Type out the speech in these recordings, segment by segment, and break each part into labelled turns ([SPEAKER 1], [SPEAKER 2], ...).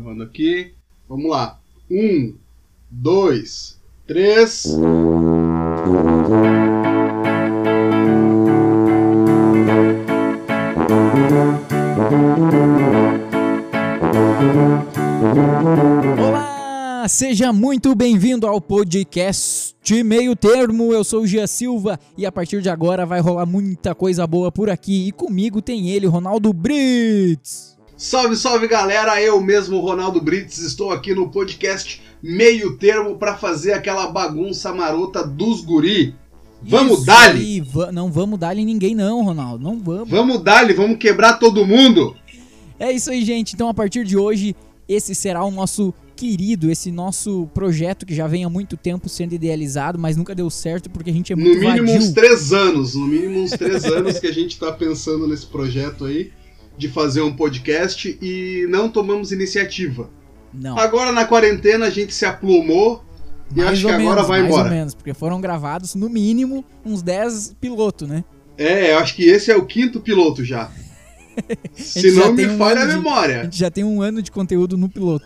[SPEAKER 1] Errando aqui. Vamos lá. Um, dois, três.
[SPEAKER 2] Olá, seja muito bem-vindo ao podcast Meio Termo. Eu sou o Gia Silva e a partir de agora vai rolar muita coisa boa por aqui. E comigo tem ele, Ronaldo Brits.
[SPEAKER 1] Salve, salve galera! Eu mesmo, Ronaldo Brits, estou aqui no podcast Meio Termo para fazer aquela bagunça marota dos guri. Vamos
[SPEAKER 2] Isso
[SPEAKER 1] dali!
[SPEAKER 2] aí, va- não vamos dar em ninguém não, Ronaldo. Não vamos.
[SPEAKER 1] Vamos dali, vamos quebrar todo mundo!
[SPEAKER 2] É isso aí, gente. Então, a partir de hoje, esse será o nosso querido, esse nosso projeto que já vem há muito tempo sendo idealizado, mas nunca deu certo porque a gente é
[SPEAKER 1] No
[SPEAKER 2] muito
[SPEAKER 1] mínimo uns
[SPEAKER 2] vadio.
[SPEAKER 1] três anos, no mínimo uns três anos que a gente tá pensando nesse projeto aí de fazer um podcast e não tomamos iniciativa.
[SPEAKER 2] Não.
[SPEAKER 1] Agora na quarentena a gente se aplumou e acho que agora vai
[SPEAKER 2] mais
[SPEAKER 1] embora.
[SPEAKER 2] ou menos, porque foram gravados no mínimo uns 10 pilotos, né?
[SPEAKER 1] É, eu acho que esse é o quinto piloto já. Se
[SPEAKER 2] já
[SPEAKER 1] não me
[SPEAKER 2] tem um
[SPEAKER 1] falha a
[SPEAKER 2] ano de- A
[SPEAKER 1] memória.
[SPEAKER 2] gente já tem um ano de conteúdo no piloto.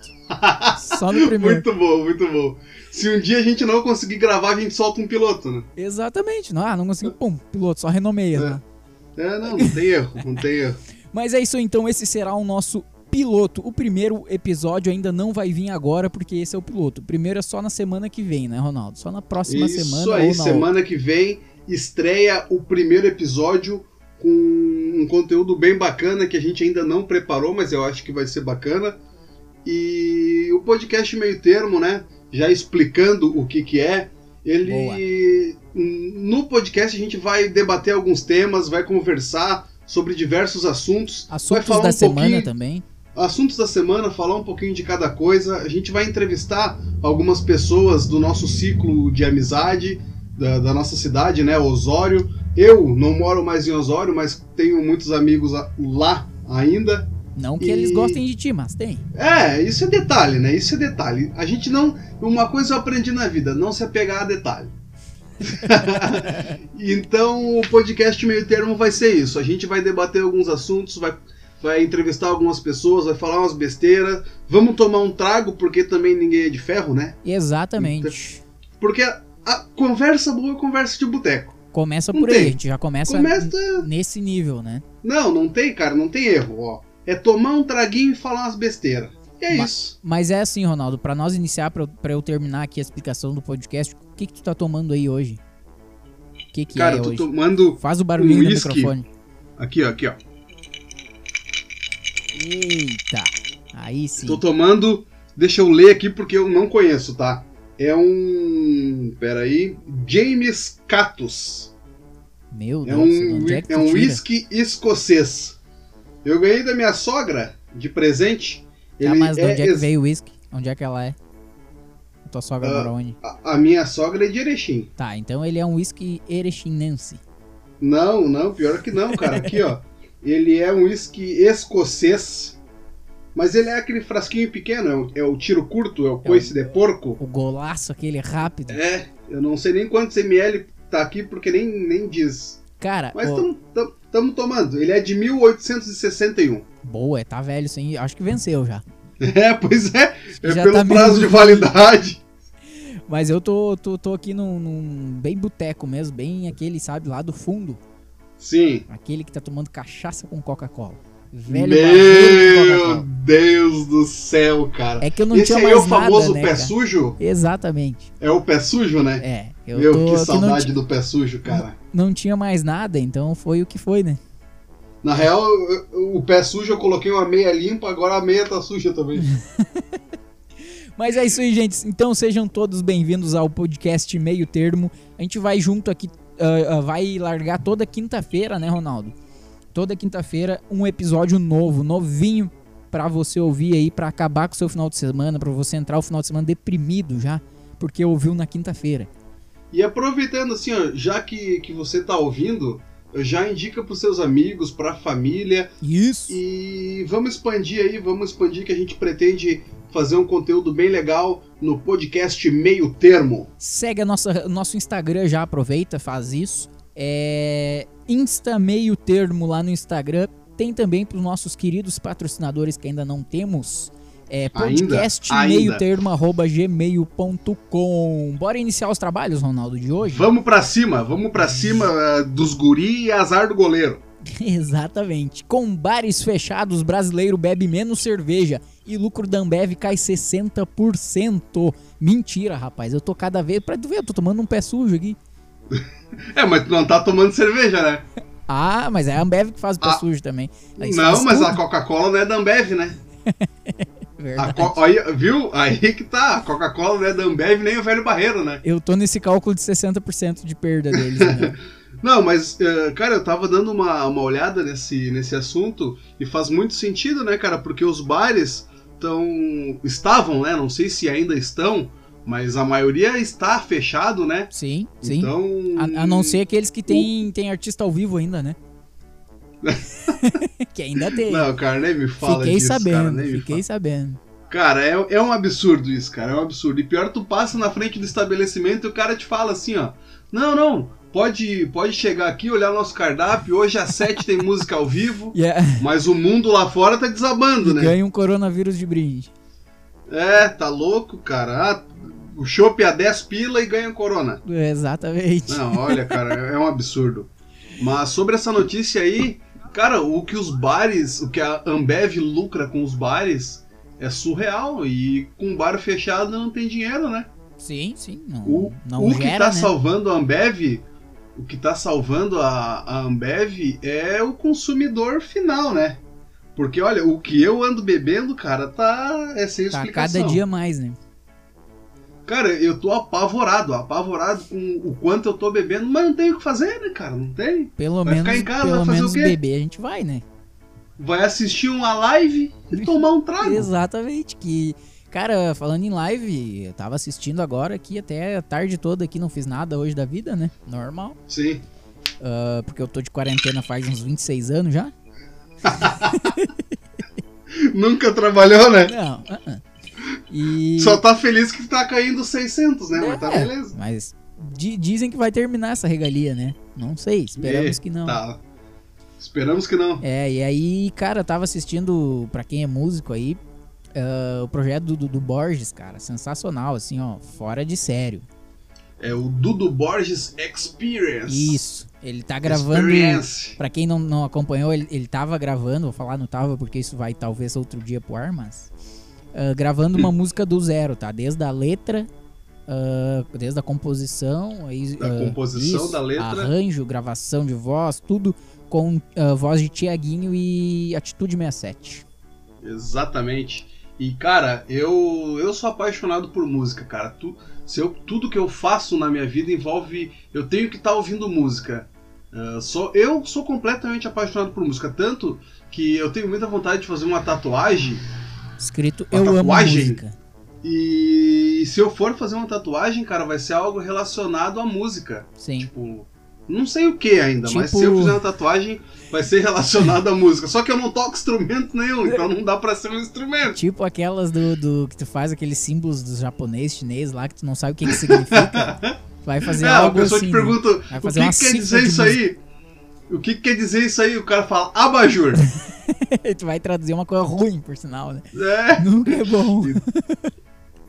[SPEAKER 2] Só no primeiro.
[SPEAKER 1] Muito bom, muito bom. Se um dia a gente não conseguir gravar, a gente solta um piloto, né?
[SPEAKER 2] Exatamente. Não, ah, não consegui. Pum, piloto, só renomeia.
[SPEAKER 1] É.
[SPEAKER 2] né?
[SPEAKER 1] É, não, não tem erro, não tem erro.
[SPEAKER 2] Mas é isso então, esse será o nosso piloto. O primeiro episódio ainda não vai vir agora, porque esse é o piloto. O primeiro é só na semana que vem, né, Ronaldo? Só na próxima
[SPEAKER 1] Isso
[SPEAKER 2] semana
[SPEAKER 1] aí,
[SPEAKER 2] ou na outra.
[SPEAKER 1] semana que vem estreia o primeiro episódio com um conteúdo bem bacana que a gente ainda não preparou, mas eu acho que vai ser bacana. E o podcast meio termo, né? Já explicando o que que é.
[SPEAKER 2] Boa.
[SPEAKER 1] Ele no podcast a gente vai debater alguns temas, vai conversar sobre diversos assuntos, vai
[SPEAKER 2] Assuntos
[SPEAKER 1] falar
[SPEAKER 2] da
[SPEAKER 1] um
[SPEAKER 2] semana
[SPEAKER 1] pouquinho
[SPEAKER 2] também.
[SPEAKER 1] assuntos da semana, falar um pouquinho de cada coisa. A gente vai entrevistar algumas pessoas do nosso ciclo de amizade, da, da nossa cidade, né? Osório. Eu não moro mais em Osório, mas tenho muitos amigos a- lá ainda.
[SPEAKER 2] Não que
[SPEAKER 1] E-
[SPEAKER 2] eles gostem de ti, mas tem.
[SPEAKER 1] É, isso é detalhe, né? Isso é detalhe. A gente não. Uma coisa eu aprendi na vida, não se apegar a detalhe. então o podcast meio termo vai ser isso. A gente vai debater alguns assuntos, vai, vai entrevistar algumas pessoas, vai falar umas besteiras. Vamos tomar um trago, porque também ninguém é de ferro, né?
[SPEAKER 2] Exatamente.
[SPEAKER 1] Porque a, a conversa boa é conversa de boteco.
[SPEAKER 2] Começa
[SPEAKER 1] Não
[SPEAKER 2] por aí,
[SPEAKER 1] tem.
[SPEAKER 2] a gente já começa
[SPEAKER 1] Começa.
[SPEAKER 2] n- nesse nível, né?
[SPEAKER 1] Não, não tem, cara, não tem erro, ó. É tomar um traguinho e falar umas besteiras. E é
[SPEAKER 2] Ma-
[SPEAKER 1] isso.
[SPEAKER 2] Mas é assim, Ronaldo, pra nós iniciar, pra eu, pra eu terminar aqui a explicação do podcast, o que que tu tá tomando aí hoje? O que que
[SPEAKER 1] cara,
[SPEAKER 2] é
[SPEAKER 1] eu tô
[SPEAKER 2] hoje?
[SPEAKER 1] tomando. um
[SPEAKER 2] Faz o barulhinho do
[SPEAKER 1] whisky.
[SPEAKER 2] microfone.
[SPEAKER 1] Aqui, ó, aqui, ó.
[SPEAKER 2] Eita, aí sim.
[SPEAKER 1] Tô tomando. Deixa eu ler aqui porque eu não conheço, tá? É um. Pera aí. James Catus.
[SPEAKER 2] Meu
[SPEAKER 1] É
[SPEAKER 2] Deus,
[SPEAKER 1] um,
[SPEAKER 2] onde é
[SPEAKER 1] whi-
[SPEAKER 2] que tu
[SPEAKER 1] é um
[SPEAKER 2] tira?
[SPEAKER 1] whisky escocês. Eu ganhei da minha sogra de presente.
[SPEAKER 2] Tá, mas de
[SPEAKER 1] é
[SPEAKER 2] onde é que
[SPEAKER 1] ex- Ah.
[SPEAKER 2] veio o whisky? Onde é que ela é? A tua sogra mora onde?
[SPEAKER 1] a, a minha sogra é de Erechim.
[SPEAKER 2] Tá, então ele é um whisky erechinense.
[SPEAKER 1] Não, não, pior que não, cara. Aqui, ó. Ele é um whisky escocês. Mas ele é aquele frasquinho pequeno, é o, é o tiro curto, é o coice de porco.
[SPEAKER 2] O golaço aquele rápido.
[SPEAKER 1] É, eu não sei nem quantos ml tá aqui porque nem, nem diz.
[SPEAKER 2] Cara,
[SPEAKER 1] Mas
[SPEAKER 2] ó,
[SPEAKER 1] estamos tomando. Ele é de 1861.
[SPEAKER 2] boa, tá velho isso aí. Acho que venceu já.
[SPEAKER 1] É, pois é. É
[SPEAKER 2] Já
[SPEAKER 1] pelo
[SPEAKER 2] tá meio
[SPEAKER 1] prazo de validade.
[SPEAKER 2] Mas eu tô, tô, tô aqui num, num bem boteco mesmo, bem aquele, sabe, lá do fundo.
[SPEAKER 1] Sim.
[SPEAKER 2] Aquele que tá tomando cachaça com Coca-Cola. Velho barreiro de
[SPEAKER 1] Meu
[SPEAKER 2] Coca-Cola.
[SPEAKER 1] Deus do céu, cara.
[SPEAKER 2] É que eu não
[SPEAKER 1] Esse
[SPEAKER 2] tinha
[SPEAKER 1] aí
[SPEAKER 2] mais
[SPEAKER 1] é o
[SPEAKER 2] nada,
[SPEAKER 1] famoso
[SPEAKER 2] né,
[SPEAKER 1] pé
[SPEAKER 2] cara?
[SPEAKER 1] sujo?
[SPEAKER 2] Exatamente.
[SPEAKER 1] É o pé sujo, né?
[SPEAKER 2] É, eu
[SPEAKER 1] Meu,
[SPEAKER 2] tô,
[SPEAKER 1] que
[SPEAKER 2] eu não,
[SPEAKER 1] saudade do pé sujo, cara.
[SPEAKER 2] ti- não tinha mais nada, então foi o que foi, né?
[SPEAKER 1] Na real, eu- eu- o pé sujo eu coloquei uma meia limpa, agora a meia tá suja também.
[SPEAKER 2] Mas é isso aí, gente. Então sejam todos bem-vindos ao podcast Meio Termo. A gente vai junto aqui, ah, ah, vai largar toda quinta-feira, né, Ronaldo? Toda quinta-feira um episódio novo, novinho pra você ouvir aí, pra acabar com o seu final de semana, pra você entrar o final de semana deprimido já, porque ouviu na quinta-feira.
[SPEAKER 1] E aproveitando assim, ó, já que, que você tá ouvindo, já indica pros seus amigos, pra família,
[SPEAKER 2] Isso.
[SPEAKER 1] E vamos expandir aí, vamos expandir que a gente pretende fazer um conteúdo bem legal no podcast Meio Termo.
[SPEAKER 2] Segue a nossa, nosso Instagram já, aproveita, faz isso. É Insta Meio Termo lá no Instagram. Tem também para os nossos queridos patrocinadores que ainda não temos. É
[SPEAKER 1] Ainda? Ainda.
[SPEAKER 2] podcastmeiotermo.gmail.com. Bora iniciar os trabalhos, Ronaldo, de hoje?
[SPEAKER 1] Vamos pra cima, vamos pra cima eh, dos guri e azar do goleiro.
[SPEAKER 2] Exatamente. Com bares fechados, brasileiro bebe menos cerveja e lucro da Ambev cai 60%. Mentira, rapaz. Eu tô cada vez. Pra tu ver, eu tô tomando um pé sujo aqui.
[SPEAKER 1] É, mas tu não tá tomando cerveja, né?
[SPEAKER 2] Ah, mas é a Ambev que faz o pé
[SPEAKER 1] Ah.
[SPEAKER 2] sujo também. Aí isso
[SPEAKER 1] não,
[SPEAKER 2] faz
[SPEAKER 1] mas a
[SPEAKER 2] tudo.
[SPEAKER 1] Coca-Cola não é da Ambev, né? A
[SPEAKER 2] Verdade.
[SPEAKER 1] Co- aí, viu? Aí que tá. A Coca-Cola não é da Ambev nem o velho Barreiro, né?
[SPEAKER 2] Eu tô nesse cálculo de 60% de perda deles. né?
[SPEAKER 1] Não, mas, eh, cara, eu tava dando uma, uma olhada nesse, nesse assunto e faz muito sentido, né, cara? Porque os bares tão, estavam, né? Não sei se ainda estão, mas a maioria está fechado, né?
[SPEAKER 2] Sim, sim.
[SPEAKER 1] Então. uh.
[SPEAKER 2] A, a não ser aqueles que tem, tem artista ao vivo ainda, né? que ainda tem.
[SPEAKER 1] Não, cara, nem me fala
[SPEAKER 2] fiquei
[SPEAKER 1] disso,
[SPEAKER 2] sabendo,
[SPEAKER 1] cara, nem me
[SPEAKER 2] fiquei sabendo.
[SPEAKER 1] Cara, é, é um absurdo isso, cara. É um absurdo. E pior, tu passa na frente do estabelecimento e o cara te fala assim, ó. Não, não, pode, pode chegar aqui, olhar nosso cardápio. Hoje às sete tem música ao vivo,
[SPEAKER 2] E, é,
[SPEAKER 1] mas o mundo lá fora tá desabando, né?
[SPEAKER 2] ganha um coronavírus de brinde.
[SPEAKER 1] É, tá louco, cara. Ah, o chopp é a 10 pila e ganha corona.
[SPEAKER 2] Exatamente.
[SPEAKER 1] Não, olha, cara, é um absurdo. Mas sobre essa notícia aí, cara, o que os bares, o que a Ambev lucra com os bares é surreal. E com um bar fechado não tem dinheiro, né?
[SPEAKER 2] Sim, sim. Não,
[SPEAKER 1] O,
[SPEAKER 2] não
[SPEAKER 1] o que
[SPEAKER 2] gera,
[SPEAKER 1] tá
[SPEAKER 2] né?
[SPEAKER 1] salvando a Ambev, o que tá salvando a, a Ambev é o consumidor final, né? Porque olha, o que eu ando bebendo, cara, tá é sem
[SPEAKER 2] Tá
[SPEAKER 1] explicação.
[SPEAKER 2] cada dia mais, né?
[SPEAKER 1] Cara, eu tô apavorado, apavorado com o quanto eu tô bebendo, mas não tem o que fazer, né, cara? Não tem.
[SPEAKER 2] Pelo
[SPEAKER 1] Vai ficar
[SPEAKER 2] menos,
[SPEAKER 1] em casa,
[SPEAKER 2] pelo
[SPEAKER 1] vai fazer
[SPEAKER 2] menos
[SPEAKER 1] o quê?
[SPEAKER 2] beber a gente vai, né?
[SPEAKER 1] Vai assistir uma live e tomar um trago.
[SPEAKER 2] Exatamente. Que, cara, falando em live, eu tava assistindo agora aqui até a tarde toda aqui, não fiz nada hoje da vida, né? Normal.
[SPEAKER 1] Sim.
[SPEAKER 2] Ah, porque eu tô de quarentena faz uns 26 anos já.
[SPEAKER 1] Nunca trabalhou, né?
[SPEAKER 2] Não, ah, ah. E.
[SPEAKER 1] Só tá feliz que tá caindo 600, né? Mas tá
[SPEAKER 2] É,
[SPEAKER 1] beleza.
[SPEAKER 2] Mas di- dizem que vai terminar essa regalia, né? Não sei, esperamos
[SPEAKER 1] E-
[SPEAKER 2] que não.
[SPEAKER 1] Tá. Esperamos que não.
[SPEAKER 2] É, e aí, cara, eu tava assistindo, pra quem é músico aí, ah, o projeto do, do, do Borges, cara, sensacional, assim, ó, fora de sério.
[SPEAKER 1] É o Dudu Borges Experience.
[SPEAKER 2] Isso, ele tá gravando.
[SPEAKER 1] Experience.
[SPEAKER 2] Pra quem não, não acompanhou, ele, ele tava gravando, vou falar não tava, porque isso vai talvez outro dia pro ar, mas. ah, gravando
[SPEAKER 1] Hum.
[SPEAKER 2] uma música do zero, tá? Desde a letra, ah, desde a composição. aí,
[SPEAKER 1] Da
[SPEAKER 2] ah,
[SPEAKER 1] composição,
[SPEAKER 2] isso,
[SPEAKER 1] da letra.
[SPEAKER 2] Arranjo, gravação de voz, tudo com ah, voz de Tiaguinho e Atitude 67.
[SPEAKER 1] Exatamente. E cara, eu eu sou apaixonado por música, cara. Tu, se eu- tudo que eu faço na minha vida envolve eu tenho que estar ouvindo música. Ah, sou, eu sou completamente apaixonado por música, tanto que eu tenho muita vontade de fazer uma tatuagem.
[SPEAKER 2] Escrito
[SPEAKER 1] Uma
[SPEAKER 2] Eu Amo
[SPEAKER 1] tatuagem?
[SPEAKER 2] Música.
[SPEAKER 1] E se eu for fazer uma tatuagem, cara, vai ser algo relacionado à música.
[SPEAKER 2] Sim.
[SPEAKER 1] Tipo, não sei o que ainda, mas
[SPEAKER 2] Tipo-
[SPEAKER 1] se eu fizer uma tatuagem, vai ser relacionado à música. Só que eu não toco instrumento nenhum, então não dá pra ser um instrumento.
[SPEAKER 2] Tipo aquelas do, do que tu faz aqueles símbolos dos japonês, chinês lá, que tu não sabe o que, que significa. Vai fazer
[SPEAKER 1] É, a
[SPEAKER 2] algo
[SPEAKER 1] pessoa
[SPEAKER 2] assim.
[SPEAKER 1] te
[SPEAKER 2] né?
[SPEAKER 1] pergunta
[SPEAKER 2] Vai
[SPEAKER 1] o que,
[SPEAKER 2] fazer uma
[SPEAKER 1] que quer
[SPEAKER 2] cifra
[SPEAKER 1] dizer
[SPEAKER 2] de
[SPEAKER 1] isso aí. O que, que quer dizer isso aí? O cara fala abajur.
[SPEAKER 2] tu vai traduzir uma coisa ruim, por sinal, né?
[SPEAKER 1] é.
[SPEAKER 2] Nunca é bom.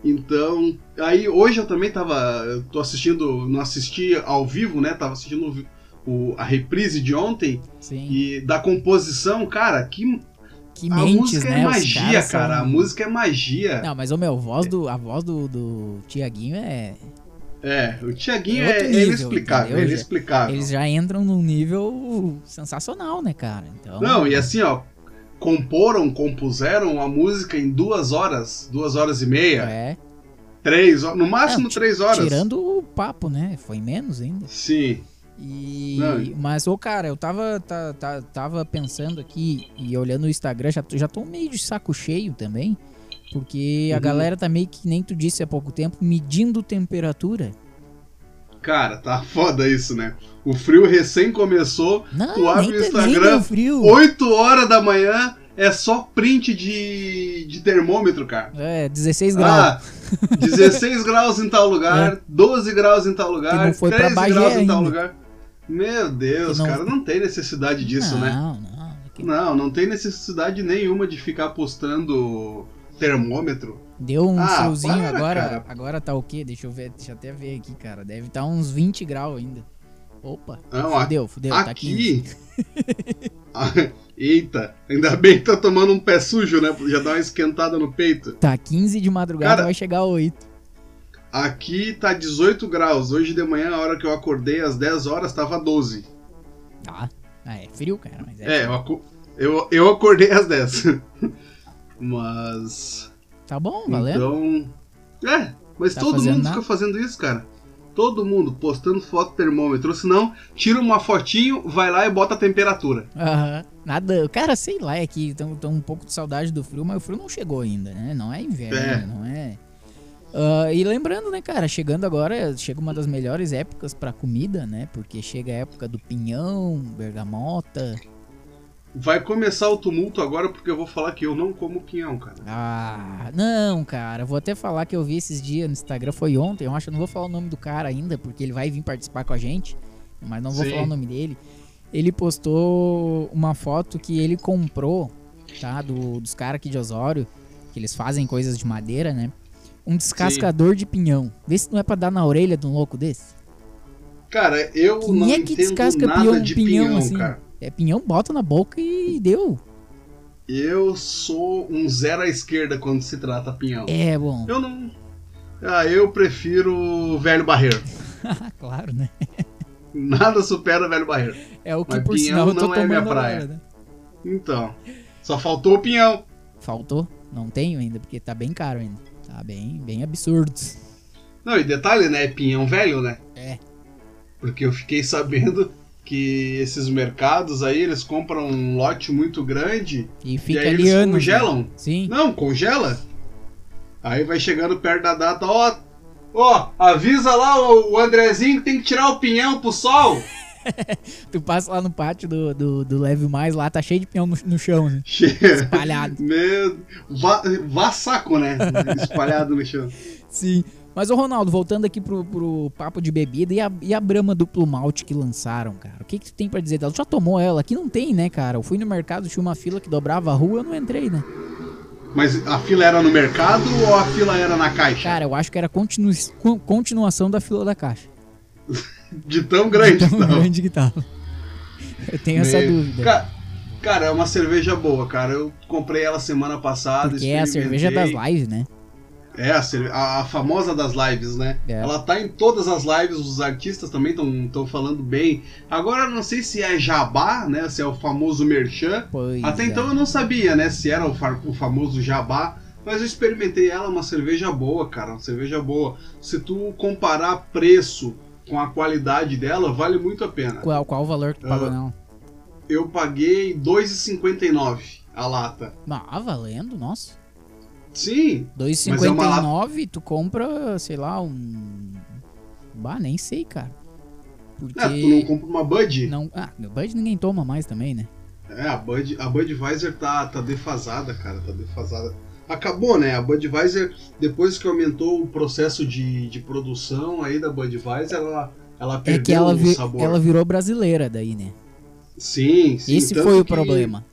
[SPEAKER 1] Então, aí hoje eu também tava. Eu tô assistindo, não assisti ao vivo, né? Tava assistindo o vi- o- a reprise de ontem
[SPEAKER 2] Sim.
[SPEAKER 1] e da composição, cara, que
[SPEAKER 2] Que
[SPEAKER 1] a
[SPEAKER 2] mentes,
[SPEAKER 1] música
[SPEAKER 2] né?
[SPEAKER 1] é
[SPEAKER 2] Os
[SPEAKER 1] magia,
[SPEAKER 2] caras são-
[SPEAKER 1] cara. A música é magia.
[SPEAKER 2] Não, mas o meu, a voz do, a voz do, do Tiaguinho é.
[SPEAKER 1] É, o Tiaguinho
[SPEAKER 2] É
[SPEAKER 1] é,
[SPEAKER 2] outro
[SPEAKER 1] é
[SPEAKER 2] nível,
[SPEAKER 1] inexplicável,
[SPEAKER 2] entendeu,
[SPEAKER 1] é
[SPEAKER 2] gente?
[SPEAKER 1] inexplicável.
[SPEAKER 2] Eles já entram num nível sensacional, né, cara? Então.
[SPEAKER 1] Não, e assim, ó, comporam, compuseram a música em duas horas, duas horas e meia,
[SPEAKER 2] é.
[SPEAKER 1] três horas, no máximo
[SPEAKER 2] Não, ti-
[SPEAKER 1] três horas.
[SPEAKER 2] Tirando o papo, né? Foi menos ainda.
[SPEAKER 1] Sim.
[SPEAKER 2] E,
[SPEAKER 1] Não.
[SPEAKER 2] mas, ô cara, eu tava, tá, tá- tava pensando aqui e olhando o Instagram, já, tô- já tô meio de saco cheio também. Porque a
[SPEAKER 1] Uhum.
[SPEAKER 2] galera tá meio que, nem tu disse há pouco tempo, medindo temperatura.
[SPEAKER 1] Cara, tá foda isso, né? O frio recém começou,
[SPEAKER 2] Não,
[SPEAKER 1] Tu abre
[SPEAKER 2] nem,
[SPEAKER 1] o
[SPEAKER 2] tá- nem
[SPEAKER 1] Instagram,
[SPEAKER 2] deu frio.
[SPEAKER 1] 8 horas da manhã, é só print de, de termômetro, cara.
[SPEAKER 2] É, 16 graus. É.
[SPEAKER 1] Ah, 16 graus em tal lugar, 12 graus em tal
[SPEAKER 2] Que
[SPEAKER 1] lugar,
[SPEAKER 2] não foi pra
[SPEAKER 1] 13
[SPEAKER 2] Bagé
[SPEAKER 1] graus em tal
[SPEAKER 2] ainda.
[SPEAKER 1] lugar. Meu Deus,
[SPEAKER 2] Que não-
[SPEAKER 1] cara, não tem necessidade disso,
[SPEAKER 2] não, é
[SPEAKER 1] né?
[SPEAKER 2] Não, não.
[SPEAKER 1] Não, não tem necessidade nenhuma de ficar postando termômetro.
[SPEAKER 2] Deu um
[SPEAKER 1] Ah,
[SPEAKER 2] friozinho
[SPEAKER 1] para,
[SPEAKER 2] agora.
[SPEAKER 1] cara.
[SPEAKER 2] Agora tá o quê? Deixa eu ver, deixa eu até ver aqui, cara. Deve estar uns 20 graus ainda. Opa.
[SPEAKER 1] Não, a-
[SPEAKER 2] Fudeu, fudeu, tá aqui.
[SPEAKER 1] aqui. Ah, Eita, ainda bem que tá tomando um pé sujo, né? Já dá uma esquentada no peito.
[SPEAKER 2] Tá 15 de madrugada,
[SPEAKER 1] Cara-
[SPEAKER 2] vai chegar 8.
[SPEAKER 1] Aqui tá 18 graus. Hoje de manhã, a hora que eu acordei, às 10 horas, tava 12.
[SPEAKER 2] Tá. Ah, é frio, cara, mas é.
[SPEAKER 1] É, eu, aco- eu, eu acordei às 10. Mas.
[SPEAKER 2] Tá bom, valendo.
[SPEAKER 1] Então. É, mas
[SPEAKER 2] Tá
[SPEAKER 1] todo
[SPEAKER 2] fazendo
[SPEAKER 1] mundo
[SPEAKER 2] nada?
[SPEAKER 1] fica fazendo isso, cara. Todo mundo postando foto termômetro. Ou se não, tira uma fotinho, vai lá e bota a temperatura.
[SPEAKER 2] Aham. Nada. Cara, sei lá, é que estão um pouco de saudade do frio, mas o frio não chegou ainda, né? Não é inverno,
[SPEAKER 1] É.
[SPEAKER 2] ainda, não é. Ah, e lembrando, né, cara, chegando agora, chega uma das melhores épocas pra comida, né? Porque chega a época do pinhão, bergamota.
[SPEAKER 1] Vai começar o tumulto agora porque eu vou falar que eu não como pinhão, cara.
[SPEAKER 2] Ah, não, cara, vou até falar que eu vi esses dias no Instagram, foi ontem, eu acho, eu não vou falar o nome do cara ainda, porque ele vai vir participar com a gente, mas não vou
[SPEAKER 1] Sim.
[SPEAKER 2] falar o nome dele. Ele postou uma foto que ele comprou, tá, do- dos caras aqui de Osório, que eles fazem coisas de madeira, né? Um descascador de pinhão. Vê se não é pra dar na orelha de um louco desse.
[SPEAKER 1] Cara, eu
[SPEAKER 2] Quem
[SPEAKER 1] não
[SPEAKER 2] é que
[SPEAKER 1] entendo
[SPEAKER 2] descasca
[SPEAKER 1] nada
[SPEAKER 2] pinhão-
[SPEAKER 1] de
[SPEAKER 2] pinhão,
[SPEAKER 1] pinhão,
[SPEAKER 2] assim?
[SPEAKER 1] cara.
[SPEAKER 2] É pinhão, bota na boca e deu.
[SPEAKER 1] Eu sou um zero à esquerda quando se trata pinhão.
[SPEAKER 2] É bom.
[SPEAKER 1] Eu não. Ah, eu prefiro o velho barreiro.
[SPEAKER 2] Ah, claro, né?
[SPEAKER 1] Nada supera o velho barreiro.
[SPEAKER 2] É o que
[SPEAKER 1] Mas
[SPEAKER 2] por
[SPEAKER 1] pinhão
[SPEAKER 2] sinal eu tô
[SPEAKER 1] não
[SPEAKER 2] tomando
[SPEAKER 1] é minha
[SPEAKER 2] agora,
[SPEAKER 1] praia.
[SPEAKER 2] né?
[SPEAKER 1] Então, só faltou o pinhão.
[SPEAKER 2] Faltou? Não tenho ainda, porque tá bem caro ainda. Tá bem, bem absurdo.
[SPEAKER 1] Não, e detalhe, né? É pinhão velho, né?
[SPEAKER 2] É.
[SPEAKER 1] Porque eu fiquei sabendo que esses mercados aí, eles compram um lote muito grande
[SPEAKER 2] E
[SPEAKER 1] e
[SPEAKER 2] fica
[SPEAKER 1] aí
[SPEAKER 2] ali
[SPEAKER 1] eles
[SPEAKER 2] anos.
[SPEAKER 1] congelam.
[SPEAKER 2] né? Sim.
[SPEAKER 1] Não, congela. Aí vai chegando perto da data, ó. Ó, avisa lá o o Andrezinho que tem que tirar o pinhão pro sol.
[SPEAKER 2] Tu passa lá no pátio do, do, do Leve Mais, lá tá cheio de pinhão no, no chão, né?
[SPEAKER 1] Cheiro.
[SPEAKER 2] Espalhado.
[SPEAKER 1] Meu, vá, vá saco, né? Espalhado no chão.
[SPEAKER 2] Sim. Mas, ô Ronaldo, voltando aqui pro, pro papo de bebida, e a, e a Brahma Duplo Malte que lançaram, cara? O que que tu tem pra dizer dela? Tu já tomou ela? Aqui não tem, né, cara? Eu fui no mercado, tinha uma fila que dobrava a rua, eu não entrei, né?
[SPEAKER 1] Mas a fila era no mercado ou a fila era na caixa?
[SPEAKER 2] Cara, eu acho que era continu, con- continuação da fila da caixa.
[SPEAKER 1] De tão grande,
[SPEAKER 2] Tão
[SPEAKER 1] não.
[SPEAKER 2] grande que tava. Eu tenho essa
[SPEAKER 1] Meio.
[SPEAKER 2] dúvida.
[SPEAKER 1] Ca- Cara, é uma cerveja boa, cara. Eu comprei ela semana passada.
[SPEAKER 2] Porque é a cerveja das
[SPEAKER 1] experimentei.
[SPEAKER 2] lives, né?
[SPEAKER 1] É, a, cerve- a- a famosa das lives, né?
[SPEAKER 2] É.
[SPEAKER 1] Ela tá em todas as lives, os artistas também estão falando bem. Agora eu não sei se é jabá, né? Se é o famoso merchan.
[SPEAKER 2] Pois
[SPEAKER 1] Até
[SPEAKER 2] é.
[SPEAKER 1] então eu não sabia, né? Se era o, fa- o famoso jabá. Mas eu experimentei ela, uma cerveja boa, cara. Uma cerveja boa. Se tu comparar preço com a qualidade dela, vale muito a pena.
[SPEAKER 2] Qual, qual o valor que tu pagou
[SPEAKER 1] Ah.
[SPEAKER 2] não?
[SPEAKER 1] Eu paguei R$2,59 a lata.
[SPEAKER 2] Ah, valendo,
[SPEAKER 1] é
[SPEAKER 2] nossa.
[SPEAKER 1] Sim,
[SPEAKER 2] 2,59 tu compra, sei lá, um. Bah, nem sei, cara. Porque.
[SPEAKER 1] né? Tu não compra uma Bud?
[SPEAKER 2] não... Ah, meu Bud ninguém toma mais também, né?
[SPEAKER 1] É, a, Bud, a Budweiser tá, tá defasada, cara, tá defasada. Acabou, né? A Budweiser, depois que aumentou o processo de, de produção aí da Budweiser, ela, ela
[SPEAKER 2] É
[SPEAKER 1] perdeu
[SPEAKER 2] que ela,
[SPEAKER 1] o
[SPEAKER 2] vi-
[SPEAKER 1] um sabor.
[SPEAKER 2] ela virou brasileira daí, né?
[SPEAKER 1] Sim, sim.
[SPEAKER 2] Esse
[SPEAKER 1] tanto
[SPEAKER 2] foi o
[SPEAKER 1] que-
[SPEAKER 2] problema.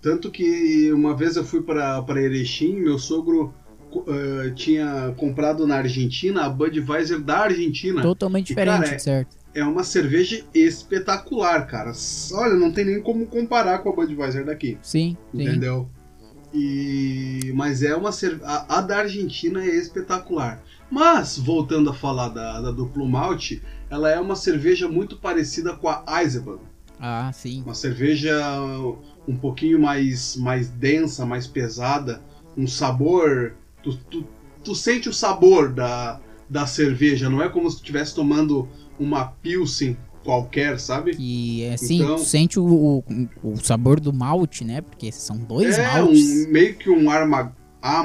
[SPEAKER 1] Tanto que uma vez eu fui pra pra Erechim, meu sogro co- eh, tinha comprado na Argentina a Budweiser da Argentina.
[SPEAKER 2] Totalmente
[SPEAKER 1] Ah, E, cara,
[SPEAKER 2] diferente, certo?
[SPEAKER 1] É uma cerveja espetacular, cara. S- Olha, não tem nem como comparar com a Budweiser daqui.
[SPEAKER 2] Sim, sim.
[SPEAKER 1] Entendeu? E mas é uma cer- a, a da Argentina é espetacular. Mas voltando a falar da, da duplo malte, ela é uma cerveja muito parecida com a Eisenbahn,
[SPEAKER 2] Ah, sim.
[SPEAKER 1] uma cerveja um pouquinho mais mais densa, mais pesada, um sabor tu, tu, tu sente o sabor da, da cerveja, não é como se tu estivesse tomando uma pilsen qualquer, sabe?
[SPEAKER 2] Que é assim,
[SPEAKER 1] Então-
[SPEAKER 2] tu sente o, o, o sabor do malte, né? Porque são dois
[SPEAKER 1] É
[SPEAKER 2] maltes.
[SPEAKER 1] um, meio que um arma,